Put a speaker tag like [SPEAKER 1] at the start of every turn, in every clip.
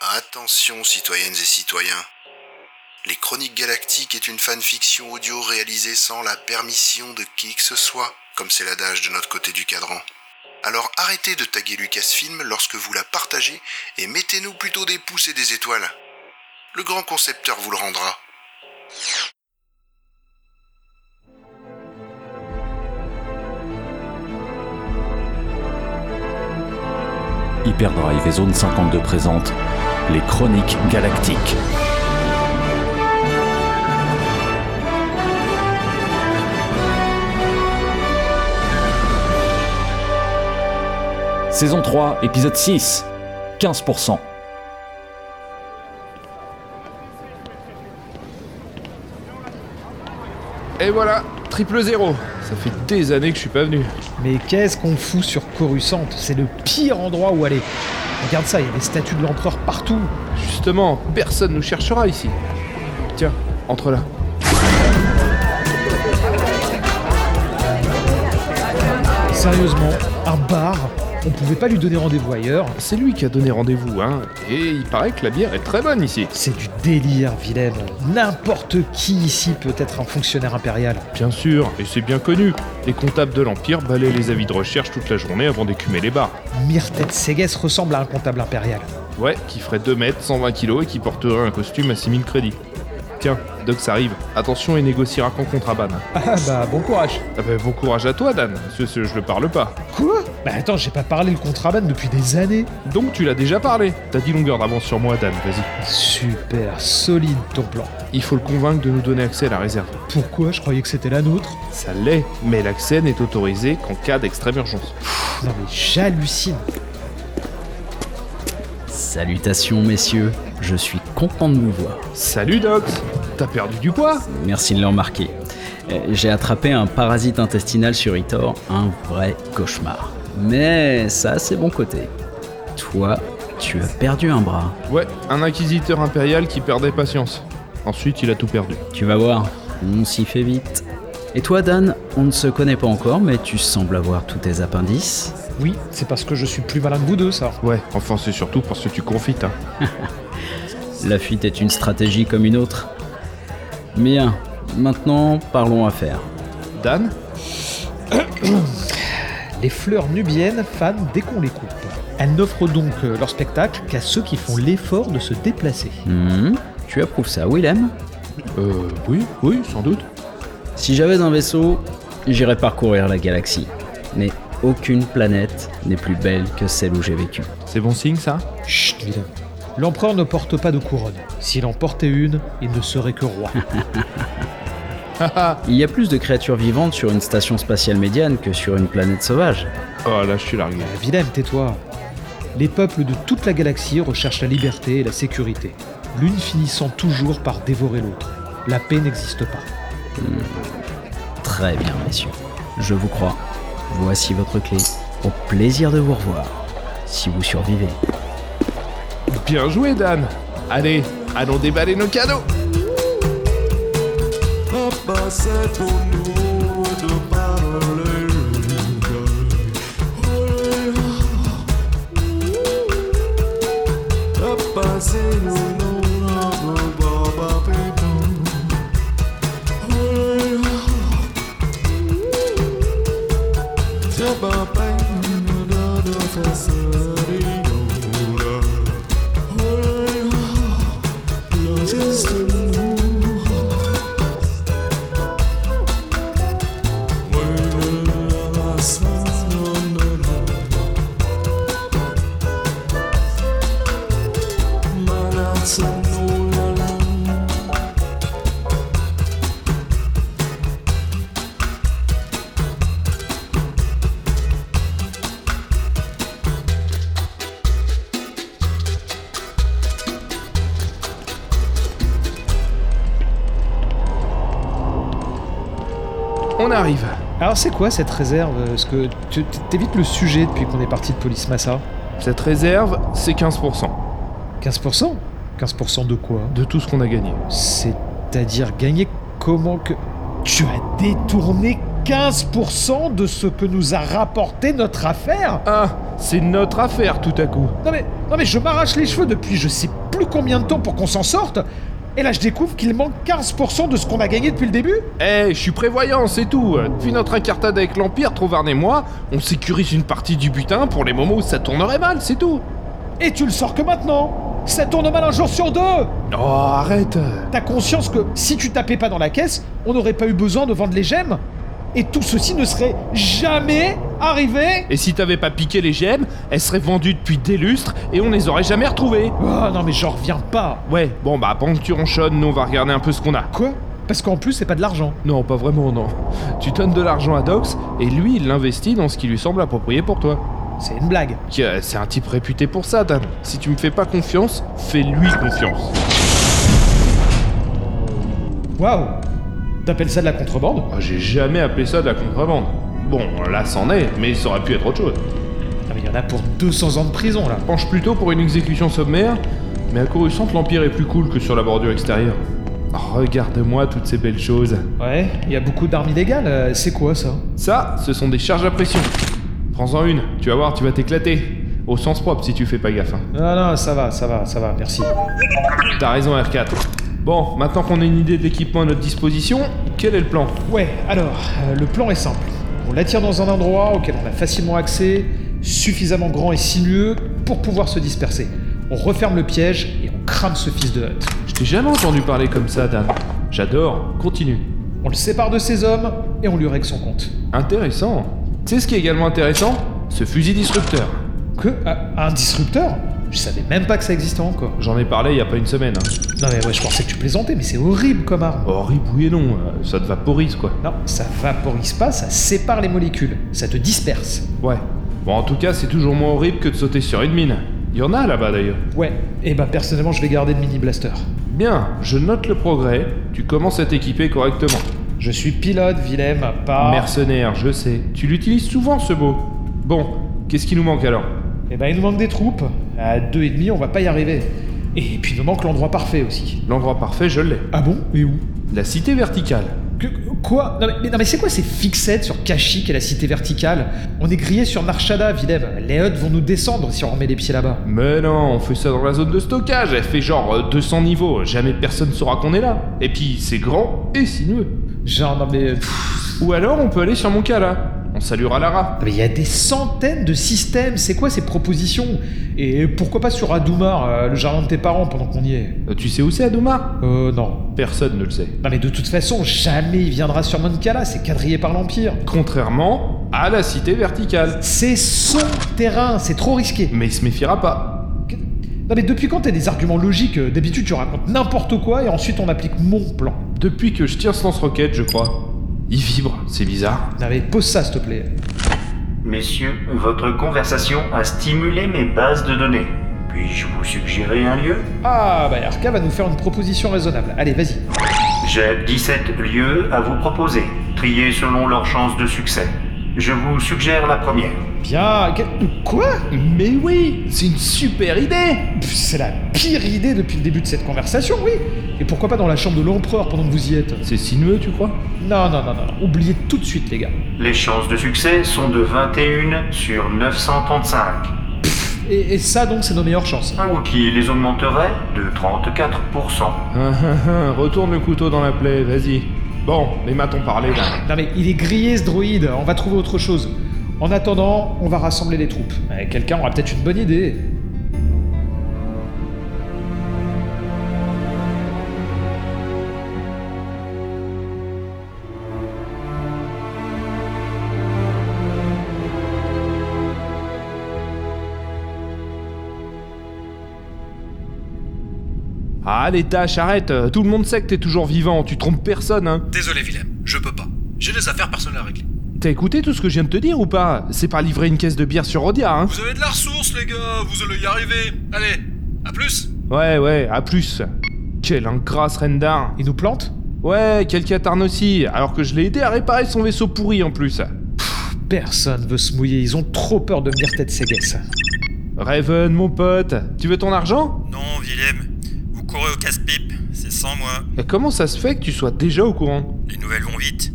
[SPEAKER 1] Attention, citoyennes et citoyens. Les Chroniques Galactiques est une fanfiction audio réalisée sans la permission de qui que ce soit, comme c'est l'adage de notre côté du cadran. Alors arrêtez de taguer Lucasfilm lorsque vous la partagez et mettez-nous plutôt des pouces et des étoiles. Le grand concepteur vous le rendra.
[SPEAKER 2] Hyperdrive et Zone 52 présentent les Chroniques Galactiques. Saison 3, épisode 6, 15%.
[SPEAKER 3] Et voilà, triple zéro. Ça fait des années que je suis pas venu.
[SPEAKER 4] Mais qu'est-ce qu'on fout sur Coruscant C'est le pire endroit où aller. Regarde ça, il y a des statues de l'empereur partout.
[SPEAKER 3] Justement, personne nous cherchera ici. Tiens, entre là.
[SPEAKER 4] Sérieusement, un bar On pouvait pas lui donner rendez-vous ailleurs.
[SPEAKER 3] C'est lui qui a donné rendez-vous, hein. Et il paraît que la bière est très bonne ici.
[SPEAKER 4] C'est du délire, Willem. N'importe qui ici peut être un fonctionnaire impérial.
[SPEAKER 3] Bien sûr, et c'est bien connu. Les comptables de l'Empire balaient les avis de recherche toute la journée avant d'écumer les bars.
[SPEAKER 4] Myrtet Seges ressemble à un comptable impérial.
[SPEAKER 3] Ouais, qui ferait 2 mètres, 120 kilos et qui porterait un costume à 6000 crédits. Tiens, Doc, ça arrive. Attention et négociera qu'en contrabande.
[SPEAKER 4] Ah bah, bon courage.
[SPEAKER 3] Ah bah, bon courage à toi, Dan. parce que ce- je le parle pas.
[SPEAKER 4] Quoi Bah attends, j'ai pas parlé le contrabande depuis des années.
[SPEAKER 3] Donc, tu l'as déjà parlé. T'as 10 longueurs d'avance sur moi, Dan. Vas-y.
[SPEAKER 4] Super solide ton plan.
[SPEAKER 3] Il faut le convaincre de nous donner accès à la réserve.
[SPEAKER 4] Pourquoi je croyais que c'était la nôtre
[SPEAKER 3] Ça l'est, mais l'accès n'est autorisé qu'en cas d'extrême urgence.
[SPEAKER 4] Non mais j'hallucine.
[SPEAKER 5] Salutations messieurs, je suis content de vous voir.
[SPEAKER 3] Salut Dox T'as perdu du poids
[SPEAKER 5] Merci de le remarquer. Euh, J'ai attrapé un parasite intestinal sur Itor, un vrai cauchemar. Mais ça, c'est bon côté. Toi, tu as perdu un bras.
[SPEAKER 3] Ouais, un inquisiteur impérial qui perdait patience. Ensuite, il a tout perdu.
[SPEAKER 5] Tu vas voir, on s'y fait vite. Et toi, Dan, on ne se connaît pas encore, mais tu sembles avoir tous tes appendices.
[SPEAKER 4] Oui, c'est parce que je suis plus malin que vous deux, ça.
[SPEAKER 3] Ouais, enfin c'est surtout parce que tu confites, hein.
[SPEAKER 5] La fuite est une stratégie comme une autre. Bien, maintenant, parlons affaires.
[SPEAKER 3] Dan
[SPEAKER 4] Les fleurs nubiennes fanent dès qu'on les coupe. Elles n'offrent donc euh, leur spectacle qu'à ceux qui font l'effort de se déplacer.
[SPEAKER 5] Hmm, tu approuves ça, Willem
[SPEAKER 3] Euh, oui, oui, sans doute.
[SPEAKER 5] Si j'avais un vaisseau, j'irais parcourir la galaxie. Mais aucune planète n'est plus belle que celle où j'ai vécu.
[SPEAKER 3] C'est bon signe ça
[SPEAKER 4] Chut, vilain. L'empereur ne porte pas de couronne. S'il en portait une, il ne serait que roi.
[SPEAKER 5] Il y a plus de créatures vivantes sur une station spatiale médiane que sur une planète sauvage.
[SPEAKER 3] Oh là, je suis largué.
[SPEAKER 4] Euh, Willem, tais-toi. Les peuples de toute la galaxie recherchent la liberté et la sécurité, l'une finissant toujours par dévorer l'autre. La paix n'existe pas.
[SPEAKER 5] Très bien, messieurs. Je vous crois. Voici votre clé. Au plaisir de vous revoir. Si vous survivez.
[SPEAKER 3] Bien joué Dan Allez, allons déballer nos cadeaux
[SPEAKER 6] Papa, c'est pour nous de parler. Papa, c'est nous, nous, notre Baba Piton. Papa, peine de faire ce rideau. Le geste nous.
[SPEAKER 3] On arrive
[SPEAKER 4] Alors c'est quoi cette réserve Parce que tu- t'évites le sujet depuis qu'on est parti de Police Massa.
[SPEAKER 3] Cette réserve, c'est 15%
[SPEAKER 4] 15% 15% de quoi
[SPEAKER 3] de tout ce qu'on a gagné.
[SPEAKER 4] C'est-à-dire gagner comment que... Tu as détourné 15% de ce que nous a rapporté notre affaire
[SPEAKER 3] Ah C'est notre affaire tout à coup.
[SPEAKER 4] Non mais, non mais je m'arrache les cheveux depuis je sais plus combien de temps pour qu'on s'en sorte. Et là, je découvre qu'il manque 15% de ce qu'on a gagné depuis le début.
[SPEAKER 3] Eh, je suis prévoyant, c'est tout. Depuis notre incartade avec l'Empire, Trovarne et moi, on sécurise une partie du butin pour les moments où ça tournerait mal, c'est tout.
[SPEAKER 4] Et tu le sors que maintenant. Ça tourne mal un jour sur deux.
[SPEAKER 3] Oh, arrête
[SPEAKER 4] T'as conscience que si tu tapais pas dans la caisse, on n'aurait pas eu besoin de vendre les gemmes. Et tout ceci ne serait jamais arrivé.
[SPEAKER 3] Et si t'avais pas piqué les gemmes, elles seraient vendues depuis des lustres et on les aurait jamais retrouvées.
[SPEAKER 4] Oh non mais j'en reviens pas.
[SPEAKER 3] Ouais, bon bah pendant que tu ronchonnes, nous on va regarder un peu ce qu'on a.
[SPEAKER 4] Quoi Parce qu'en plus, c'est pas de l'argent.
[SPEAKER 3] Non, pas vraiment, non. Tu donnes de l'argent à Dox et lui il l'investit dans ce qui lui semble approprié pour toi.
[SPEAKER 4] C'est une blague.
[SPEAKER 3] Tiens, C'est un type réputé pour ça, Dan. Si tu me fais pas confiance, fais-lui confiance.
[SPEAKER 4] Waouh. T'appelles ça de la contrebande
[SPEAKER 3] Ah, J'ai jamais appelé ça de la contrebande. Bon, là c'en est, mais ça aurait pu être autre chose.
[SPEAKER 4] Non Ah, mais il y en a pour 200 ans de prison là.
[SPEAKER 3] Penche plutôt pour une exécution sommaire, mais à Coruscant, l'Empire est plus cool que sur la bordure extérieure. Oh, Regarde-moi toutes ces belles choses.
[SPEAKER 4] Ouais, il y a beaucoup d'armes illégales. euh, C'est quoi ça
[SPEAKER 3] Ça, ce sont des charges à pression. Prends-en une, tu vas voir, tu vas t'éclater. Au sens propre si tu fais pas gaffe. hein.
[SPEAKER 4] Non, non, ça va, ça va, ça va, merci.
[SPEAKER 3] T'as raison, R4. Bon, maintenant qu'on a une idée de l'équipement à notre disposition, quel est le plan
[SPEAKER 4] Ouais, alors, euh, le plan est simple. On l'attire dans un endroit auquel on a facilement accès, suffisamment grand et sinueux pour pouvoir se disperser. On referme le piège et on crame ce fils de Hutt.
[SPEAKER 3] Je t'ai jamais entendu parler comme ça, Dan. J'adore, continue.
[SPEAKER 4] On le sépare de ses hommes et on lui règle son compte.
[SPEAKER 3] Intéressant. Tu sais ce qui est également intéressant Ce fusil disrupteur.
[SPEAKER 4] Que Ah, Un disrupteur Je savais même pas que ça existait encore.
[SPEAKER 3] J'en ai parlé il y a pas une semaine. hein.
[SPEAKER 4] Non mais ouais, je pensais que tu plaisantais, mais c'est horrible comme arme.
[SPEAKER 3] Horrible, oui et non, euh, ça te vaporise quoi.
[SPEAKER 4] Non, ça vaporise pas, ça sépare les molécules, ça te disperse.
[SPEAKER 3] Ouais. Bon, en tout cas, c'est toujours moins horrible que de sauter sur une mine. Il y en a là-bas d'ailleurs.
[SPEAKER 4] Ouais, et bah personnellement je vais garder le mini blaster.
[SPEAKER 3] Bien, je note le progrès, tu commences à t'équiper correctement.
[SPEAKER 4] Je suis pilote, Willem, à part...
[SPEAKER 3] Mercenaire, je sais. Tu l'utilises souvent ce mot. Bon, qu'est-ce qui nous manque alors
[SPEAKER 4] Eh ben, il nous manque des troupes. À deux et demi, on va pas y arriver. Et puis, il nous manque l'endroit parfait aussi.
[SPEAKER 3] L'endroit parfait, je l'ai.
[SPEAKER 4] Ah bon Et où
[SPEAKER 3] La cité verticale.
[SPEAKER 4] que, Quoi Non mais, mais- non, mais c'est quoi ces fixettes sur Kashik et la cité verticale On est grillé sur Narshada, Vileb. Les Huttes vont nous descendre si on remet les pieds là-bas.
[SPEAKER 3] Mais non, on fait ça dans la zone de stockage, elle fait genre euh, 200 niveaux, jamais personne saura qu'on est là. Et puis, c'est grand et sinueux.
[SPEAKER 4] Genre, non mais... pff,
[SPEAKER 3] Ou alors, on peut aller sur mon cas là. On saluera Lara.
[SPEAKER 4] non, Ah, mais il y a des centaines de systèmes. C'est quoi ces propositions Et pourquoi pas sur Adoumar, euh, le jardin de tes parents, pendant qu'on y est
[SPEAKER 3] Euh, Tu sais où c'est, Adouma
[SPEAKER 4] Euh, non.
[SPEAKER 3] Personne ne le sait.
[SPEAKER 4] Non mais de toute façon, jamais il viendra sur Moncala, c'est quadrillé par l'Empire.
[SPEAKER 3] Contrairement à la cité verticale.
[SPEAKER 4] C'est son terrain, c'est trop risqué.
[SPEAKER 3] Mais il se méfiera pas.
[SPEAKER 4] Non mais depuis quand t'as des arguments logiques euh, D'habitude tu racontes n'importe quoi et ensuite on applique mon plan.
[SPEAKER 3] Depuis que je tire ce lance-roquette, je crois. Il vibre, c'est bizarre.
[SPEAKER 4] Non mais pose ça s'il te plaît.
[SPEAKER 7] Messieurs, votre conversation a stimulé mes bases de données. Puis-je vous suggérer un lieu
[SPEAKER 4] Ah bah Arca va nous faire une proposition raisonnable. Allez vas-y.
[SPEAKER 7] J'ai 17 lieux à vous proposer, triés selon leurs chances de succès. Je vous suggère la première.
[SPEAKER 4] Bien... que- Quoi
[SPEAKER 3] Mais oui, c'est une super idée
[SPEAKER 4] Pff, C'est la pire idée depuis le début de cette conversation, oui Et pourquoi pas dans la chambre de l'empereur pendant que vous y êtes
[SPEAKER 3] C'est sinueux, tu crois
[SPEAKER 4] Non, non, non, non, non. oubliez tout de suite les gars.
[SPEAKER 7] Les chances de succès sont de 21 sur 935,
[SPEAKER 4] Et, et ça donc c'est nos meilleures chances.
[SPEAKER 7] ou qui les augmenterait de 34%.
[SPEAKER 3] Hein, hein, hein, Retourne le couteau dans la plaie, vas-y. Bon, mais m'a-t-on parlé là
[SPEAKER 4] Non mais il est grillé ce droïde, on va trouver autre chose. En attendant, on va rassembler les troupes. Eh, Quelqu'un aura peut-être une bonne idée.
[SPEAKER 3] Ah, les tâches, arrête euh, Tout le monde sait que t'es toujours vivant, tu trompes personne, hein
[SPEAKER 8] Désolé, Willem, je peux pas. J'ai des affaires personnelles à régler.
[SPEAKER 3] T'as écouté tout ce que je viens de te dire ou pas C'est pas livrer une caisse de bière sur Rodia, hein
[SPEAKER 8] Vous avez de la ressource, les gars, vous allez y arriver. Allez, à plus.
[SPEAKER 3] Ouais, ouais, à plus Quelle ingrasse, Rendar
[SPEAKER 4] Il nous plante
[SPEAKER 3] Ouais, quel catarne aussi, alors que je l'ai aidé à réparer son vaisseau pourri en plus
[SPEAKER 4] Personne veut se mouiller, ils ont trop peur de venir tête séguesse.
[SPEAKER 3] Raven, mon pote, tu veux ton argent
[SPEAKER 9] Non, Willem, vous courez au casse-pipe, c'est sans moi.
[SPEAKER 3] Et Comment ça se fait que tu sois déjà au courant
[SPEAKER 9] Les nouvelles vont vite.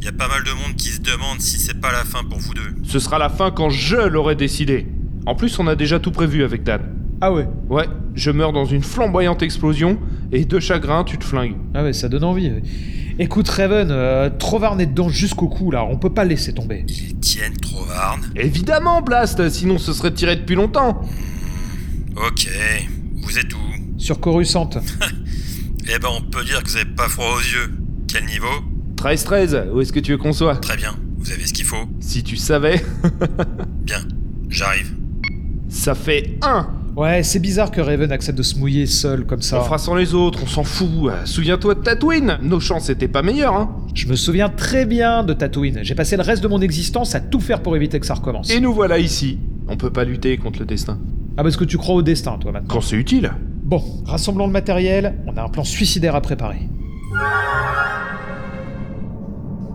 [SPEAKER 9] Il y a pas mal de monde qui se demande si c'est pas la fin pour vous deux.
[SPEAKER 3] Ce sera la fin quand je l'aurai décidé En plus, on a déjà tout prévu avec Dan.
[SPEAKER 4] Ah ouais
[SPEAKER 3] Ouais, je meurs dans une flamboyante explosion, et de chagrin, tu te flingues.
[SPEAKER 4] Ah ouais, ça donne envie. ouais. Écoute, Raven, euh, Trovarne est dedans jusqu'au cou, là. On peut pas le laisser tomber.
[SPEAKER 7] Ils tiennent Trovarne.
[SPEAKER 3] Évidemment, Blast, sinon ce serait tiré depuis longtemps.
[SPEAKER 7] Ok, vous êtes où
[SPEAKER 4] Sur Coruscant.
[SPEAKER 7] Eh ben, on peut dire que vous avez pas froid aux yeux. Quel niveau
[SPEAKER 3] 13-13, où est-ce que tu veux qu'on soit
[SPEAKER 7] Très bien, vous avez ce qu'il faut.
[SPEAKER 3] Si tu savais,
[SPEAKER 7] Bien, j'arrive.
[SPEAKER 3] ça fait 1
[SPEAKER 4] Ouais, c'est bizarre que Raven accepte de se mouiller seul comme ça.
[SPEAKER 3] On fera sans les autres, on s'en fout. Euh, Souviens-toi de Tatooine, nos chances étaient pas meilleures, hein.
[SPEAKER 4] Je me souviens très bien de Tatooine. J'ai passé le reste de mon existence à tout faire pour éviter que ça recommence.
[SPEAKER 3] Et nous voilà ici. On peut pas lutter contre le destin.
[SPEAKER 4] Ah, parce que tu crois au destin, toi, maintenant.
[SPEAKER 3] Quand c'est utile.
[SPEAKER 4] Bon, rassemblons le matériel. On a un plan suicidaire à préparer.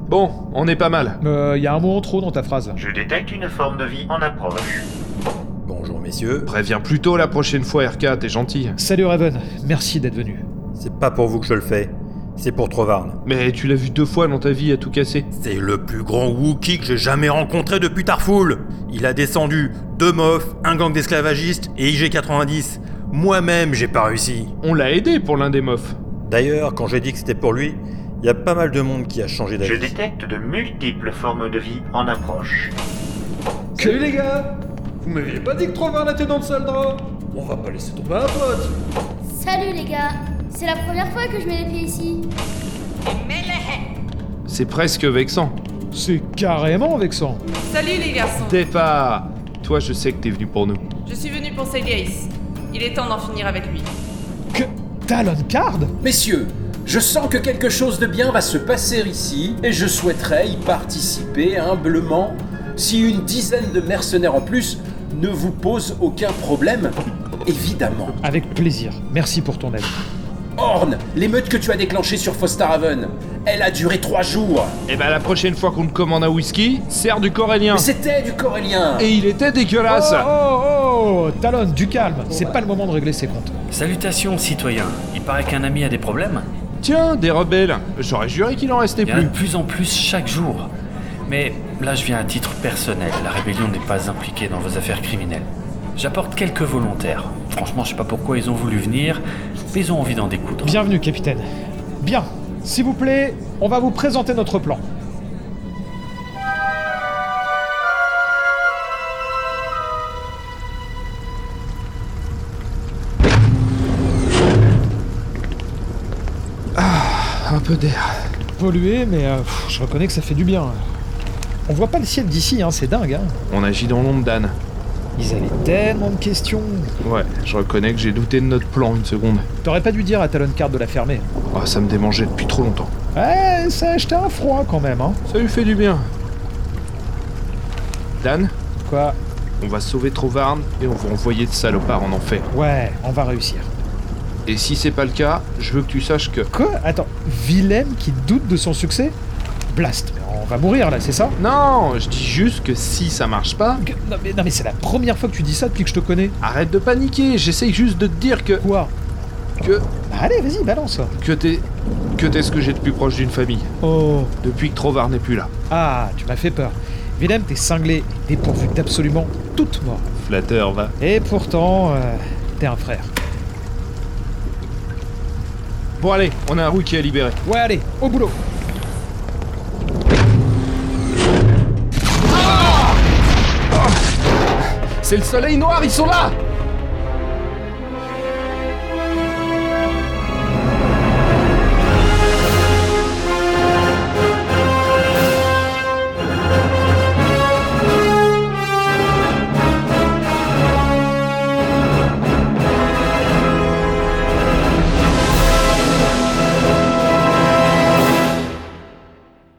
[SPEAKER 3] Bon, on est pas mal.
[SPEAKER 4] Euh, y a un mot en trop dans ta phrase.
[SPEAKER 10] Je détecte une forme de vie en approche.
[SPEAKER 11] Bonjour messieurs,
[SPEAKER 3] Préviens plus tôt la prochaine fois, RK, t'es gentil.
[SPEAKER 4] Salut Raven, merci d'être venu.
[SPEAKER 11] c'est pas pour vous que je le fais, c'est pour Trovarne.
[SPEAKER 3] Mais tu l'as vu deux fois dans ta vie à tout casser.
[SPEAKER 11] C'est le plus grand Wookie que j'ai jamais rencontré depuis Tarful. Il a descendu deux mofs, un gang d'esclavagistes et IG-90. Moi-même, j'ai pas réussi.
[SPEAKER 3] On l'a aidé pour l'un des mofs.
[SPEAKER 11] D'ailleurs, quand j'ai dit que c'était pour lui, il y a pas mal de monde qui a changé
[SPEAKER 10] Je
[SPEAKER 11] d'avis.
[SPEAKER 10] détecte de multiples formes de vie en approche.
[SPEAKER 5] Salut les gars Vous m'aviez pas dit que Trovarne était dans le sale drap On va pas laisser tomber un pote
[SPEAKER 12] Salut les gars, c'est la première fois que je mets les pieds ici.
[SPEAKER 3] C'est presque vexant.
[SPEAKER 4] C'est carrément vexant.
[SPEAKER 6] Salut les garçons,
[SPEAKER 3] Départ Toi, je sais que t'es venu pour nous.
[SPEAKER 6] je suis venu pour Segace. Il est temps d'en finir avec lui.
[SPEAKER 4] Que. Talon Card
[SPEAKER 5] Messieurs, je sens que quelque chose de bien va se passer ici et je souhaiterais y participer humblement si une dizaine de mercenaires en plus ne vous pose aucun problème. Évidemment.
[SPEAKER 4] Avec plaisir. Merci pour ton aide.
[SPEAKER 5] Horn, l'émeute que tu as déclenchée sur Fosterhaven, elle a duré trois jours.
[SPEAKER 3] Et bah, la prochaine fois qu'on te commande un whisky, sers du corélien.
[SPEAKER 5] C'était du corélien.
[SPEAKER 3] Et il était
[SPEAKER 5] Ah,
[SPEAKER 3] dégueulasse
[SPEAKER 4] Oh oh oh Talon, du calme. C'est pas le moment de régler ses comptes.
[SPEAKER 7] Salutations, citoyens. Il paraît qu'un ami a des problèmes.
[SPEAKER 3] Tiens, des rebelles. J'aurais juré qu'il en restait
[SPEAKER 7] Il y en a
[SPEAKER 3] plus.
[SPEAKER 7] de plus en plus chaque jour. Mais là, je viens à titre personnel. La rébellion n'est pas impliquée dans vos affaires criminelles. J'apporte quelques volontaires. Franchement, je sais pas pourquoi ils ont voulu venir, mais ils ont envie d'en découdre.
[SPEAKER 4] Bienvenue, capitaine. Bien. S'il vous plaît, on va vous présenter notre plan.
[SPEAKER 3] Un peu d'air.
[SPEAKER 4] Pollué, mais euh, pff, je reconnais que ça fait du bien. hein. On voit pas le ciel d'ici, hein, c'est dingue. Hein.
[SPEAKER 3] On agit dans l'ombre d'Anne.
[SPEAKER 4] Ils avaient tellement de questions.
[SPEAKER 3] Ouais, je reconnais que j'ai douté de notre plan une seconde.
[SPEAKER 4] T'aurais pas dû dire à Talon Card de la fermer.
[SPEAKER 3] Ah, ça me démangeait depuis trop longtemps.
[SPEAKER 4] Ouais, ça a acheté un froid quand même. Hein.
[SPEAKER 3] Ça lui fait du bien. Dan,
[SPEAKER 4] Quoi
[SPEAKER 3] on va sauver Trovarne et on va envoyer de salopards en enfer.
[SPEAKER 4] Ouais, on va réussir.
[SPEAKER 3] Et si c'est pas le cas, je veux que tu saches que.
[SPEAKER 4] Quoi Attends, Willem qui doute de son succès Blast, mais on va mourir là, c'est ça
[SPEAKER 3] Non, je dis juste que si ça marche pas,
[SPEAKER 4] Que- Non mais, non, mais c'est la première fois que tu dis ça depuis que je te connais.
[SPEAKER 3] arrête de paniquer. J'essaye juste de te dire que.
[SPEAKER 4] Quoi
[SPEAKER 3] que.
[SPEAKER 4] Bah, Allez, vas-y, balance.
[SPEAKER 3] que t'es. que t'es ce que j'ai de plus proche d'une famille.
[SPEAKER 4] Oh.
[SPEAKER 3] Depuis que Trovarne n'est plus là.
[SPEAKER 4] Ah, tu m'as fait peur. Willem, t'es cinglé, et dépourvu d'absolument toute mort.
[SPEAKER 3] Flatteur, va.
[SPEAKER 4] Et pourtant, euh, t'es un frère.
[SPEAKER 3] Bon, allez, on a un roux qui est libéré.
[SPEAKER 4] Ouais, allez, au boulot
[SPEAKER 3] C'est le soleil noir, ils sont là